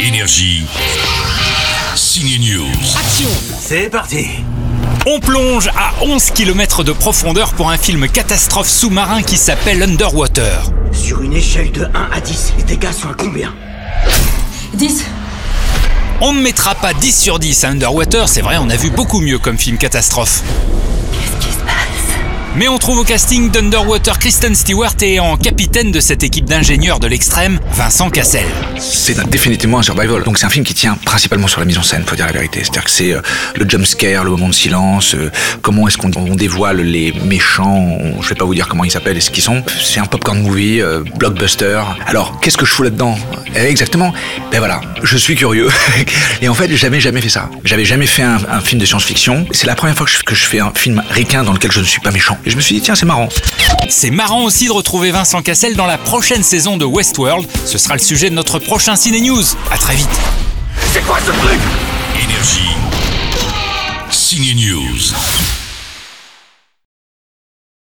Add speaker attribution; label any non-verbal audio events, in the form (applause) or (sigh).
Speaker 1: Énergie. Signe News.
Speaker 2: C'est parti
Speaker 3: On plonge à 11 km de profondeur pour un film catastrophe sous-marin qui s'appelle Underwater.
Speaker 2: Sur une échelle de 1 à 10, les dégâts sont à combien
Speaker 4: 10
Speaker 3: On ne mettra pas 10 sur 10 à Underwater, c'est vrai, on a vu beaucoup mieux comme film catastrophe. Mais on trouve au casting d'Underwater Kristen Stewart et en capitaine de cette équipe d'ingénieurs de l'extrême, Vincent Cassel.
Speaker 5: C'est un- définitivement un survival. Donc c'est un film qui tient principalement sur la mise en scène, faut dire la vérité. C'est-à-dire que c'est euh, le jump scare, le moment de silence, euh, comment est-ce qu'on on dévoile les méchants, on- je vais pas vous dire comment ils s'appellent et ce qu'ils sont. C'est un popcorn movie, euh, blockbuster. Alors qu'est-ce que je fous là-dedans Eh, Exactement. Ben voilà, je suis curieux. (laughs) et en fait, j'ai jamais jamais fait ça. J'avais jamais fait un, un film de science-fiction. C'est la première fois que je, que je fais un film ricain dans lequel je ne suis pas méchant. Et je me suis dit tiens c'est marrant.
Speaker 3: C'est marrant aussi de retrouver Vincent Cassel dans la prochaine saison de Westworld. Ce sera le sujet de notre prochain Ciné News. À très vite.
Speaker 1: Énergie. Signe News.